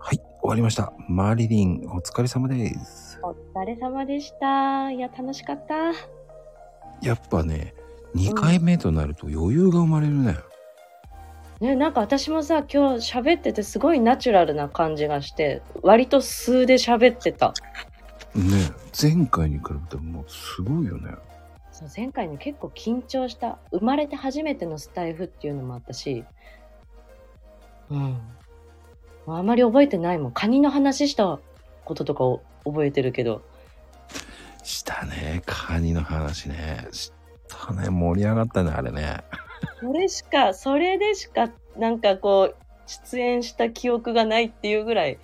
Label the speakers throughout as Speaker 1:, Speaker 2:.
Speaker 1: 終わりました。マリリン、お疲れ様です。
Speaker 2: お疲れ様でした。いや、楽しかった。
Speaker 1: やっぱね、2回目となると余裕が生まれるね。
Speaker 2: ね、なんか私もさ、今日喋っててすごいナチュラルな感じがして、割と素で喋ってた。
Speaker 1: ね前回に比べてもうすごいよね。
Speaker 2: そう前回ね、結構緊張した。生まれて初めてのスタイフっていうのもあったし、うん。もうあまり覚えてないもん。カニの話したこととかを覚えてるけど。
Speaker 1: したね、カニの話ね。したね、盛り上がったね、あれね。
Speaker 2: それしか、それでしか、なんかこう、出演した記憶がないっていうぐらい、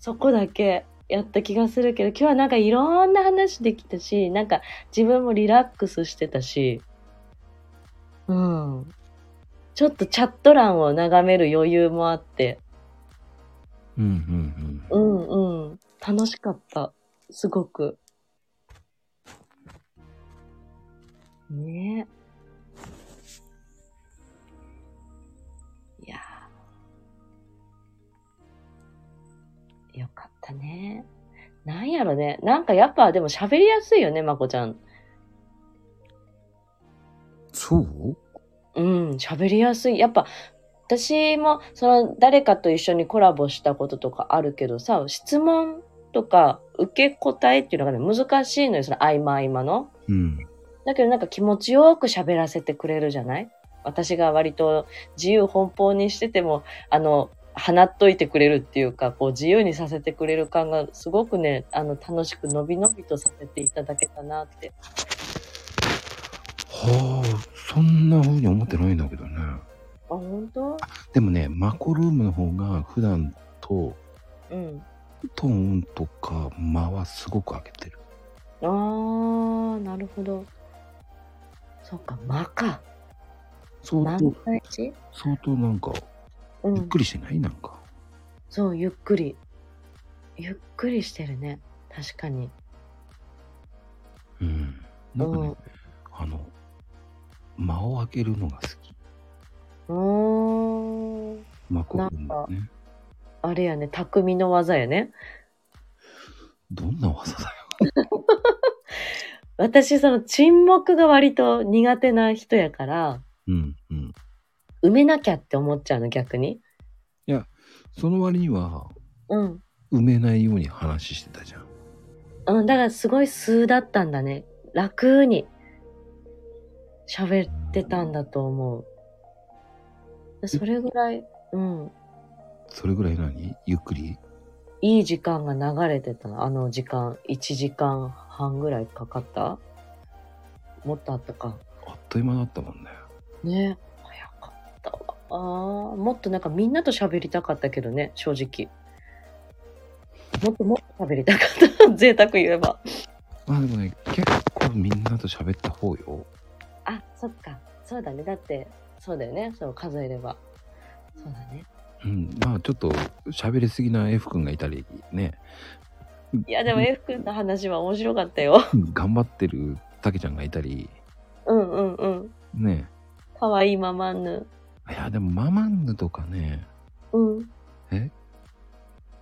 Speaker 2: そこだけやった気がするけど、今日はなんかいろんな話できたし、なんか自分もリラックスしてたし、うん。ちょっとチャット欄を眺める余裕もあって、
Speaker 1: うんうんう。
Speaker 2: うんんうん。楽しかった。すごく。ねえ。いやーよかったね。なんやろね。なんかやっぱでも喋りやすいよね、まこちゃん。
Speaker 1: そう
Speaker 2: うん、喋りやすい。やっぱ、私も、その、誰かと一緒にコラボしたこととかあるけどさ、質問とか、受け答えっていうのがね、難しいのよ、その、合間合間の。
Speaker 1: うん。
Speaker 2: だけど、なんか気持ちよく喋らせてくれるじゃない私が割と自由奔放にしてても、あの、放っといてくれるっていうか、こう、自由にさせてくれる感が、すごくね、あの、楽しく、のびのびとさせていただけたなって。
Speaker 1: はあ、そんな風に思ってないんだけどね。
Speaker 2: あ、本当
Speaker 1: でもね、マコルームの方が普段と
Speaker 2: うん。
Speaker 1: トーンとか間はすごく上げてる。
Speaker 2: あー、なるほど。そっか、間か。
Speaker 1: 相
Speaker 2: 満
Speaker 1: 当、
Speaker 2: 開地
Speaker 1: 相当なんか、
Speaker 2: う
Speaker 1: ゆっ
Speaker 2: ん。
Speaker 1: くりしてないなんか。
Speaker 2: そう、ゆっくり。ゆっくりしてるね。確かに。
Speaker 1: うん。なんか
Speaker 2: う
Speaker 1: ね
Speaker 2: ん、
Speaker 1: あの、間を開けるのが好き。
Speaker 2: うーん。
Speaker 1: マコルームのね。
Speaker 2: あれやね、匠の技やね。
Speaker 1: どんな技だよ。
Speaker 2: 私、その沈黙が割と苦手な人やから、
Speaker 1: うんうん。
Speaker 2: 埋めなきゃって思っちゃうの、逆に。
Speaker 1: その割には、
Speaker 2: うん。
Speaker 1: 埋めないように話してたじゃん。
Speaker 2: うん、だからすごい素だったんだね。楽に喋ってたんだと思う。それぐらい、うん。
Speaker 1: それぐらい何ゆっくり
Speaker 2: いい時間が流れてたのあの時間1時間半ぐらいかかったもっとあったか
Speaker 1: あっという間だったもんね。
Speaker 2: ね早かったわあーもっとなんかみんなと喋りたかったけどね正直もっともっと喋りたかった贅沢言えば
Speaker 1: まあでもね、結構みんなと喋った方よ。
Speaker 2: あそっかそうだねだってそうだよねそう数えればそうだね
Speaker 1: うん、まあちょっと喋りすぎな F 君がいたりね
Speaker 2: いやでも F 君の話は面白かったよ
Speaker 1: 頑張ってるたけちゃんがいたり
Speaker 2: うんうんうん
Speaker 1: ね
Speaker 2: かわいいままぬ
Speaker 1: いやでもママンヌとかね
Speaker 2: うん
Speaker 1: ね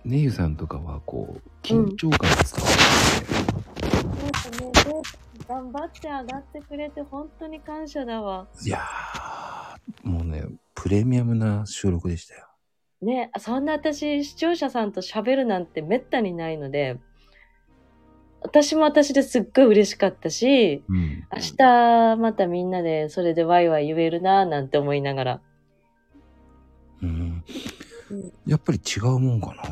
Speaker 1: ゆさんとかはこう緊張感が伝わってきて、
Speaker 2: なんかね、頑張って上がってくれて本当に感謝だわ。
Speaker 1: いやーもうねプレミアムな収録でしたよ
Speaker 2: ね、そんな私、視聴者さんと喋るなんてめったにないので、私も私ですっごい嬉しかったし、
Speaker 1: うん
Speaker 2: 明日またみんなでそれでワイワイ言えるなぁなんて思いながら。
Speaker 1: うん
Speaker 2: うん
Speaker 1: やっぱり違うもんかな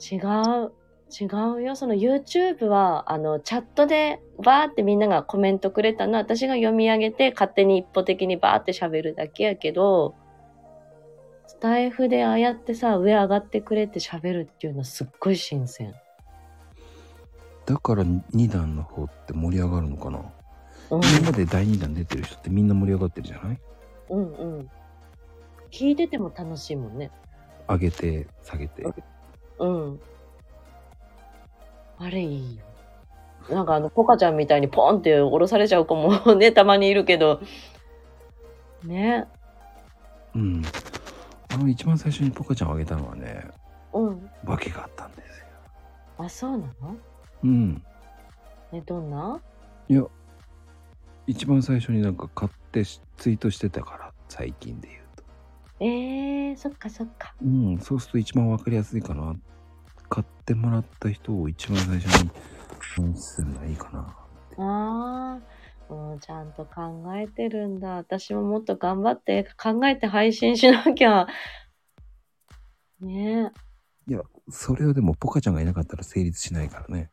Speaker 2: 違う。違うよ。その YouTube は、あの、チャットでバーってみんながコメントくれたの、私が読み上げて勝手に一方的にバーって喋るだけやけど、スタイフでああやってさ、上上がってくれて喋るっていうのはすっごい新鮮。
Speaker 1: だから2段の方って盛り上がるのかな
Speaker 2: うん、
Speaker 1: 今まで第2弾出てる人ってみんな盛り上がってるじゃない
Speaker 2: うん、うん。聞いてても楽しいもんね。
Speaker 1: 上げて下げて
Speaker 2: うん。あれいいよ。なんかあの、ポカちゃんみたいにポンって降ろされちゃう子もね、たまにいるけど、ね。
Speaker 1: うんあの一番最初にポカちゃんをあげたのはね
Speaker 2: うん。
Speaker 1: わけがあったんですよ。
Speaker 2: あ、そうなの
Speaker 1: うん。
Speaker 2: ね、どんない
Speaker 1: や、一番最初になんか買ってしツイートしてたから、最近で言うと。
Speaker 2: えー、そっかそっか。
Speaker 1: うん、そうすると一番わかりやすいかな。買ってもらった人を一番最初に何するのがいいかな。
Speaker 2: ああ、もうちゃんと考えてるんだ。私ももっと頑張って考えて配信しなきゃ。ね
Speaker 1: いや、それをでもポカちゃんがいなかったら成立しないからね。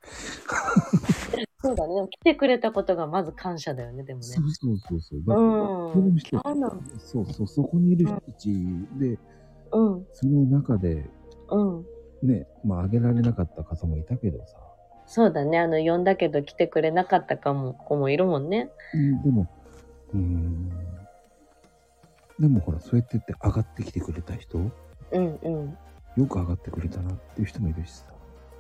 Speaker 2: え。そうだね。でも来てくれたことがまず感謝だよね、でもね。
Speaker 1: うそうそうそう。
Speaker 2: う
Speaker 1: だ
Speaker 2: ん。
Speaker 1: ってその人
Speaker 2: そうなの
Speaker 1: そうそう、そこにいる人たちで、
Speaker 2: うん。
Speaker 1: その中で、
Speaker 2: うん。
Speaker 1: ね、まあ、あげられなかった方もいたけどさ。
Speaker 2: そうだね。あの、呼んだけど来てくれなかったかも、子もいるもんね。
Speaker 1: でも、うーん。でもほら、そうやって言って上がってきてくれた人、よ
Speaker 2: うんうん。
Speaker 1: く上がってくれたなっていう人もいるしさ。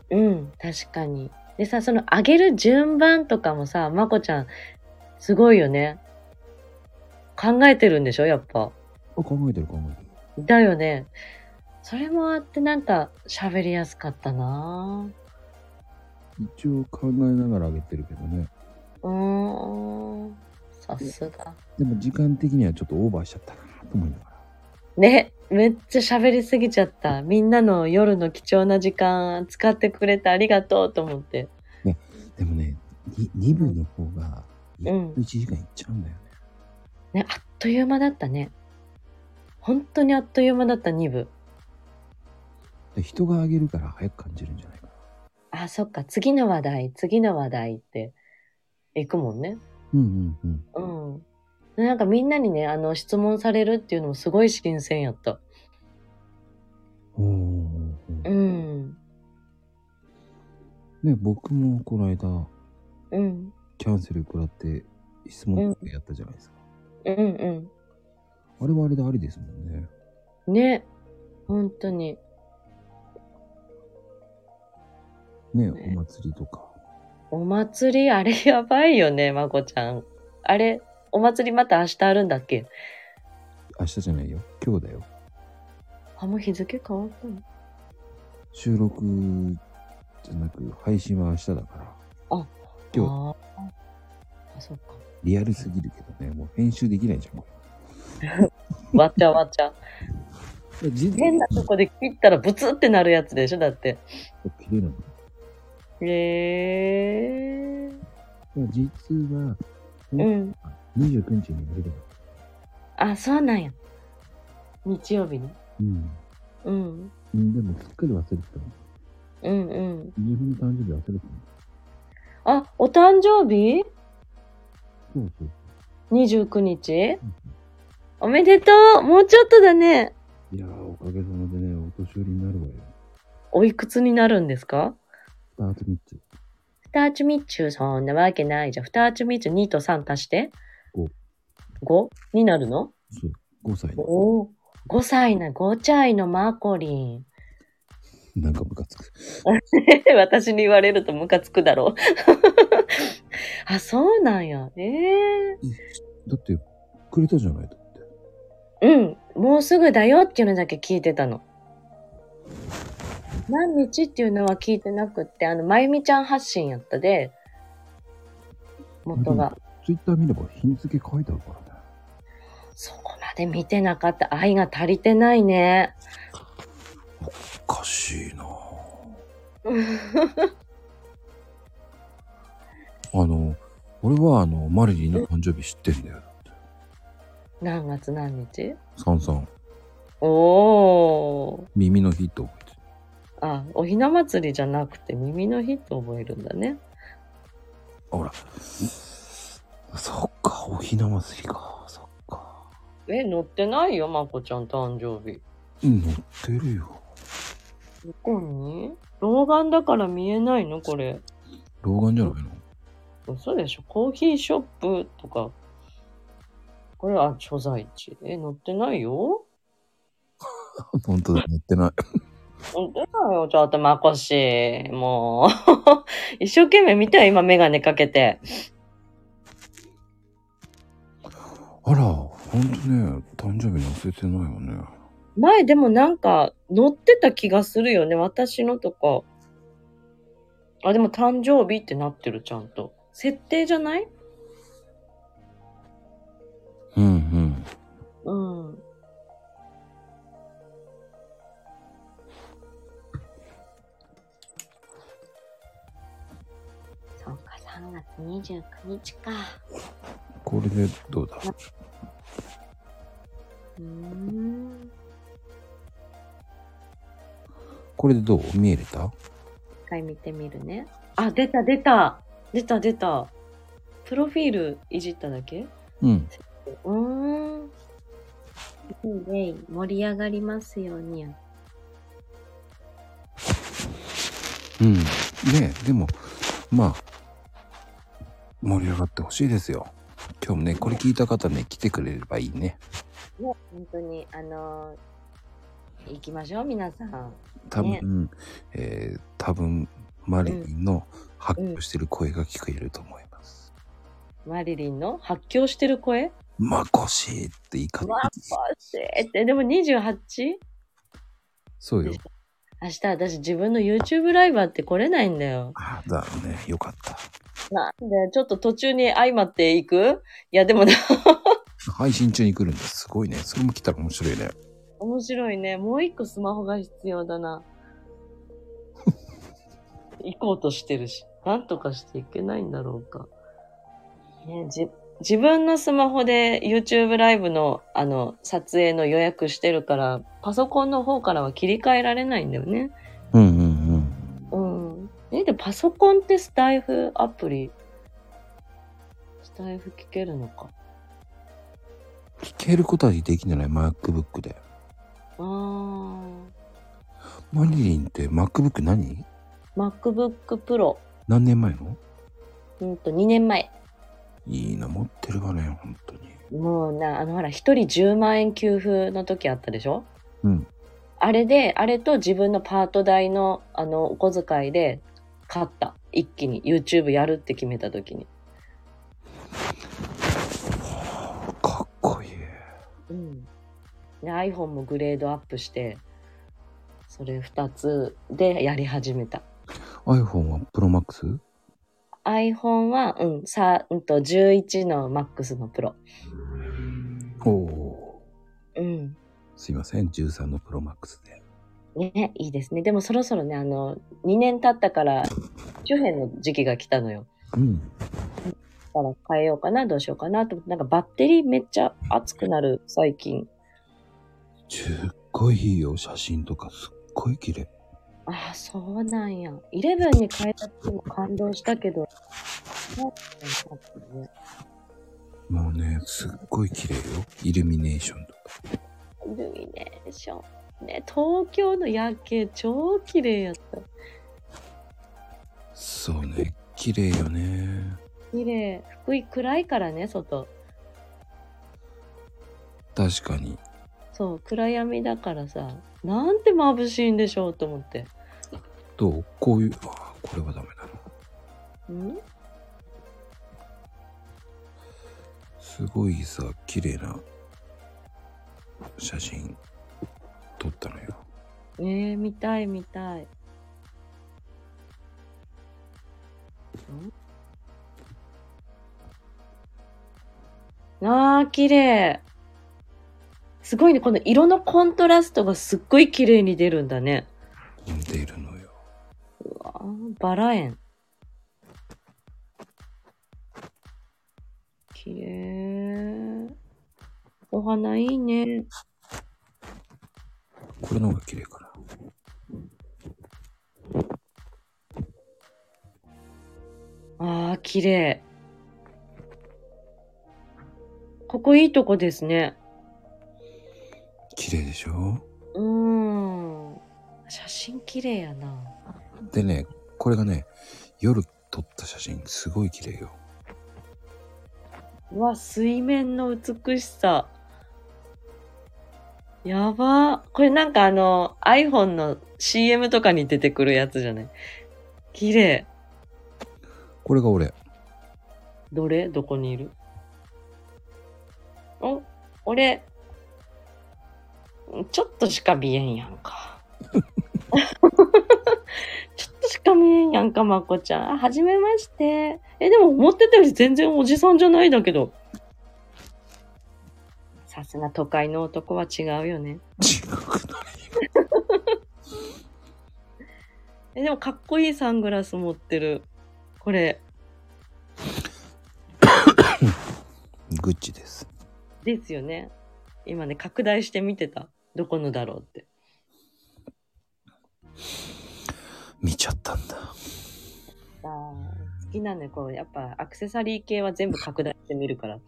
Speaker 2: うん。確かに。でさ、その上げる順番とかもさ、まこちゃん、すごいよね。考えてるんでしょ、やっ
Speaker 1: あ、
Speaker 2: ぱ。
Speaker 1: 考えてる考えてる。
Speaker 2: だよね。それもあってなんか喋りやすかったな
Speaker 1: 一応考えながら上げてるけどね。
Speaker 2: うーん。さすが。
Speaker 1: でも時間的にはちょっとオーバーしちゃったかなと思いながら。
Speaker 2: ね、めっちゃ喋りすぎちゃった。みんなの夜の貴重な時間使ってくれてありがとうと思って。
Speaker 1: でもね、2部の方が、
Speaker 2: うん
Speaker 1: 1時間いっちゃうんだよね。
Speaker 2: ね、あっという間だったね。本当にあっという間だった2部。
Speaker 1: で人が上げるから早く感じるんじゃないかな。
Speaker 2: あ、そっか。次の話題、次の話題って行くもんね。
Speaker 1: うんうんうん。
Speaker 2: うん。でなんかみんなにね、あの質問されるっていうのもすごい新鮮やった。
Speaker 1: おーおー
Speaker 2: う
Speaker 1: おー
Speaker 2: ん。
Speaker 1: ね、僕もこの間、
Speaker 2: うん。
Speaker 1: キャンセル食らって質問とかやったじゃないですか。
Speaker 2: うんう
Speaker 1: あれはあれでありですもんね。
Speaker 2: ん。ね。本当に。
Speaker 1: ね、
Speaker 2: ね
Speaker 1: お祭りとか。
Speaker 2: お祭り、あれやばいよね、まこちゃん。あれ、お祭りまた明日あるんだっけ
Speaker 1: 明日じゃないよ。今日だよ。
Speaker 2: あ、もう日付変わったの
Speaker 1: 収録じゃなく、配信は明日だから。今日
Speaker 2: 今日。あ、そっか。
Speaker 1: リアルすぎるけどね。もう編集できないじゃん、こ
Speaker 2: わちゃわ ちゃ。
Speaker 1: れ。人
Speaker 2: 変なとこで切ったらブツってなるやつでしょだって。
Speaker 1: 切れるの。
Speaker 2: へえー。
Speaker 1: いや実は、
Speaker 2: うん。
Speaker 1: 29日にやれるの。
Speaker 2: あ、そうなんや。日曜日に。
Speaker 1: うん
Speaker 2: うん。
Speaker 1: うん。でも、すっかり忘れてたの。
Speaker 2: うんうん。
Speaker 1: 自分の誕生日忘れてたの。
Speaker 2: あ、お誕生日
Speaker 1: そうそう。
Speaker 2: ?29 日
Speaker 1: うん
Speaker 2: おめでとうもうちょっとだね。
Speaker 1: いやー、おかげさまでね、お年寄りになるわよ。
Speaker 2: おいくつになるんですか
Speaker 1: スタート3つ。
Speaker 2: ふたちみっちゅう、そんなわけないじゃん。ふたちみっちゅう2と3足して。
Speaker 1: 五
Speaker 2: 5? になるの
Speaker 1: そう、5歳の。
Speaker 2: おお。5歳な、5歳のマコリン。
Speaker 1: なんかムカつく。
Speaker 2: 私に言われるとムカつくだろう。 あ、そうなんや。ええ
Speaker 1: だって、くれたじゃないだって。
Speaker 2: うん。もうすぐだよっていうのだけ聞いてたの。何日っていうのは聞いてなくって、あの、まゆみちゃん発信やったで、元が。
Speaker 1: ツイッター見れば日付書いてあるからね。
Speaker 2: そこまで見てなかった。愛が足りてないね。
Speaker 1: おかしい なぁあの、俺はあの、マリリンの誕生日知ってんだよ。だって
Speaker 2: 何月何日
Speaker 1: さんさん、
Speaker 2: おー。
Speaker 1: 耳の日って覚えてる。
Speaker 2: あ、おひな祭りじゃなくて耳の日って覚えるんだね。
Speaker 1: ほら。そっか、おひな祭りか。そっか。
Speaker 2: え、乗ってないよ、まこちゃん誕生日。
Speaker 1: うん、乗ってるよ。
Speaker 2: どこに老眼だから見えないのこれ。
Speaker 1: 老眼じゃないの
Speaker 2: 嘘でしょコーヒーショップとか。これ、あ、所在地。え、乗ってないよ
Speaker 1: 本当だ、乗ってない。
Speaker 2: 乗ってないよ、ちょっとまこし。もう。 一生懸命見たよ、今メガネかけて。
Speaker 1: あら、ほんとね、誕生日に忘れてないよね。
Speaker 2: 前でもなんか載ってた気がするよね。私のとか。あ、でも誕生日ってなってる、ちゃんと。設定じゃない
Speaker 1: うんうん。
Speaker 2: うん。そうか、3月29日か。
Speaker 1: これでどうだ
Speaker 2: うーん。
Speaker 1: これでどう見えれた
Speaker 2: 一回見てみるね。あ、出た出た出た出た。プロフィールいじっただけ
Speaker 1: うん。
Speaker 2: うーん。いいね。盛り上がりますようにや。
Speaker 1: うん。ねえ、でも、まあ、盛り上がってほしいですよ。今日もね、これ聞いた方ね、来てくれればいいね。
Speaker 2: ね、本当に、あのー行きましょう、皆さん。
Speaker 1: 多分、
Speaker 2: ね
Speaker 1: えー多分、マリリンの発狂してる声が聞こえると思います。
Speaker 2: マリリンの発狂してる声
Speaker 1: まこしいって言い方
Speaker 2: わ。しーって、でも 28?
Speaker 1: そうよ。
Speaker 2: 明日私自分の YouTube ライブあって来れないんだよ。
Speaker 1: あだね、よかった。
Speaker 2: なんで、ちょっと途中に相まっていくいや、でもな、
Speaker 1: 配信中に来るんだ。すごいね。それも来たら面白いね。
Speaker 2: 面白いね。もう一個スマホが必要だな。行こうとしてるし、なんとかしていけないんだろうか。ね、じ自分のスマホで YouTube ライブのあの撮影の予約してるから、パソコンの方からは切り替えられないんだよね。
Speaker 1: うんうんうん。
Speaker 2: うん。え、で、パソコンってスタイフアプリ、スタイフ聞けるのか。
Speaker 1: 聞けることはできない MacBook で。
Speaker 2: あー、
Speaker 1: マリリンって MacBook 何
Speaker 2: MacBook Pro。
Speaker 1: 何年前の
Speaker 2: うんと、2年前。
Speaker 1: いいな、持ってるわね、本当に。
Speaker 2: もうな、あのほら、一人10万円給付の時あったでしょ
Speaker 1: うん。
Speaker 2: あれで、あれと自分のパート代の、あの、お小遣いで、買った。一気に YouTube やるって決めた時に。
Speaker 1: かっこいい。
Speaker 2: うん。で、iPhone もグレードアップして、それ2つでやり始めた。
Speaker 1: iPhone は Pro Max?
Speaker 2: iPhone は、うん、さ、うんと、11の MAX のプロ。
Speaker 1: おお
Speaker 2: うん。
Speaker 1: ー。すいません、13の Pro Max で。
Speaker 2: ね、いいですね。でもそろそろね、あの、2年経ったから、周辺の時期が来たのよ。
Speaker 1: うん。
Speaker 2: だから変えようかな、どうしようかなと思って、なんかバッテリーめっちゃ熱くなる、最近。
Speaker 1: すっごいいいよ、写真とかすっごい綺麗。
Speaker 2: ああ、そうなんや。11に変えた時も感動したけど、ね
Speaker 1: もうね、すっごい綺麗よ。イルミネーションとか。
Speaker 2: イルミネーション。ね、東京の夜景超綺麗やった。
Speaker 1: そうね、綺麗よね。
Speaker 2: 綺麗。福井暗いからね、外。
Speaker 1: 確かに。
Speaker 2: そう暗闇だからさなんて眩しいんでしょうと思って
Speaker 1: どうこういう、あーこれはダメだな。
Speaker 2: ん
Speaker 1: すごいさ、綺麗な写真撮ったのよ。
Speaker 2: ねえ見たい見たいんあー綺麗すごいねこの色のコントラストがすっごい綺麗に出るんだね
Speaker 1: 出るのよ。
Speaker 2: うわーバラ園綺麗お花いいね
Speaker 1: これの方が綺麗かな。
Speaker 2: ああ、綺麗。ここいいとこですね。
Speaker 1: 綺麗でしょ
Speaker 2: うーん。写真綺麗やな。
Speaker 1: でね、これがね、夜撮った写真、すごい綺麗よ。
Speaker 2: うわ、水面の美しさ。やば。これなんかあの、iPhone の CM とかに出てくるやつじゃない綺麗。
Speaker 1: これが俺。
Speaker 2: どれどこにいるお、俺。うちょっとしか見えんやんか。ちょっとしか見えんやんか、まこちゃん。あ、はじめまして。え、でも思ってたより全然おじさんじゃないだけど。さすが都会の男は違うよね。
Speaker 1: 違くない
Speaker 2: え、でもかっこいいサングラス持ってる。これ、
Speaker 1: グッチです。
Speaker 2: ですよね。今ね、拡大して見てた。どこのだろうって。
Speaker 1: 見ちゃったんだ。
Speaker 2: あー好きなんだよ、こう、やっぱアクセサリー系は全部拡大してみるから。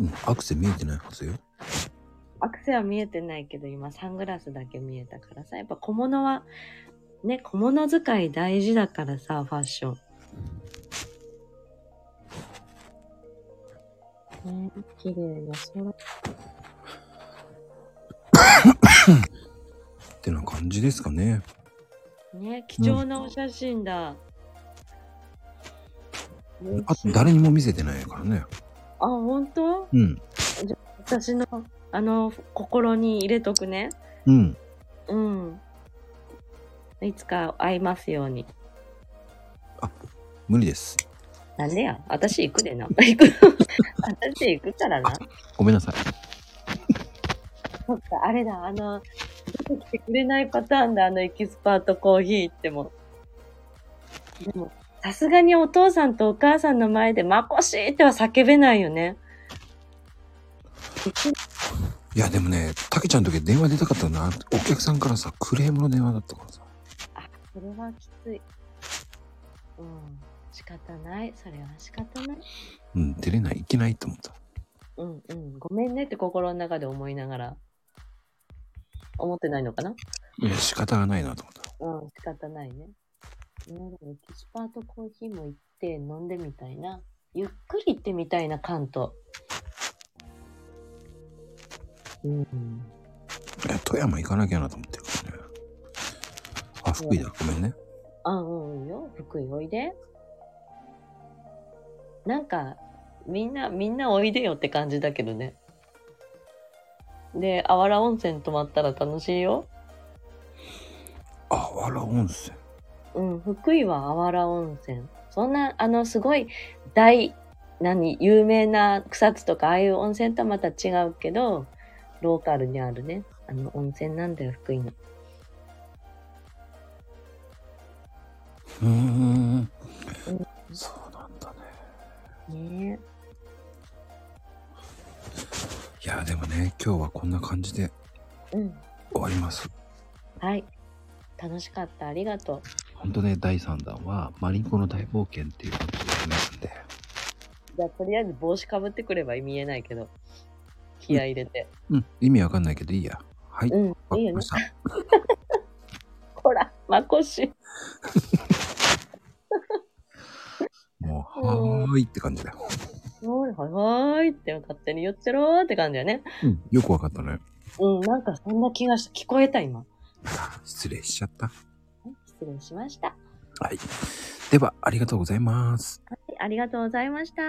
Speaker 1: うん、アクセ見えてないはずよ。
Speaker 2: アクセは見えてないけど、今サングラスだけ見えたからさ、やっぱ小物は、ね、小物使い大事だからさ、ファッション。ね、綺麗な空。
Speaker 1: ってな感じですかね。
Speaker 2: ね、貴重なお写真だ。ね
Speaker 1: あと誰にも見せてないからね。
Speaker 2: あ、本当
Speaker 1: うん。
Speaker 2: 私の、あの、心に入れとくね。
Speaker 1: うん。
Speaker 2: うん。いつか会いますように。
Speaker 1: 無理です。
Speaker 2: なんでや私行くでな。行く。私行くからな。
Speaker 1: ごめんなさい。
Speaker 2: そっか、あれだ、あの、出てきてくれないパターンだ、あのエキスパートコーヒーっても。でも、さすがにお父さんとお母さんの前で、まこしーっては叫べないよね。
Speaker 1: いや、でもね、たけちゃんの時は電話出たかったな。お客さんからさ、クレームの電話だったからさ。
Speaker 2: あ、それはきつい。うん。仕方ない。それは仕方ない。
Speaker 1: うん、出れない、いけないと思った。
Speaker 2: うんうん。ごめんねって心の中で思いながら。思ってないのかない
Speaker 1: や、仕方がないなと思った。
Speaker 2: うん、仕方ないね。ねでもエキスパートコーヒーも行って飲んでみたいな。ゆっくり行ってみたいな、関東。うん。
Speaker 1: いや富山行かなきゃなと思ってるからね。あ、福井だ。ごめんね。
Speaker 2: あ、うん、いいよ。福井おいで。なんか、みんな、みんなおいでよって感じだけどね。で、あわら温泉泊まったら楽しいよ。
Speaker 1: あわら温泉。
Speaker 2: うん、福井はあわら温泉。そんな、あの、すごい大、何、有名な草津とか、ああいう温泉とはまた違うけど、ローカルにあるね、あの、温泉なんだよ、福井の。
Speaker 1: うーん。そうなんだね。
Speaker 2: ね
Speaker 1: いや、でもね、今日はこんな感じで
Speaker 2: え。うん。
Speaker 1: 終わります。
Speaker 2: はい。楽しかった、ありがとう。
Speaker 1: ほんとね、第3弾は、マリンコの大冒険っていう感じでやりますんで。
Speaker 2: じゃあ、とりあえず帽子かぶってくれば見えないけど、気合い入れて。
Speaker 1: うん、意味わかんないけどいいや。はい。
Speaker 2: うん、いいよ
Speaker 1: わか
Speaker 2: ね
Speaker 1: りま。した
Speaker 2: ほら、まこし。
Speaker 1: もう、
Speaker 2: うん
Speaker 1: はーいって感じだよ。
Speaker 2: おい、はいはーいって勝手に言ってろーって感じだね。
Speaker 1: うん、よくわかったね。
Speaker 2: うん、なんかそんな気がした。聞こえた、今。
Speaker 1: 失礼しちゃった。
Speaker 2: 失礼しました。
Speaker 1: はい。では、ありがとうございます。
Speaker 2: ありがとうございました。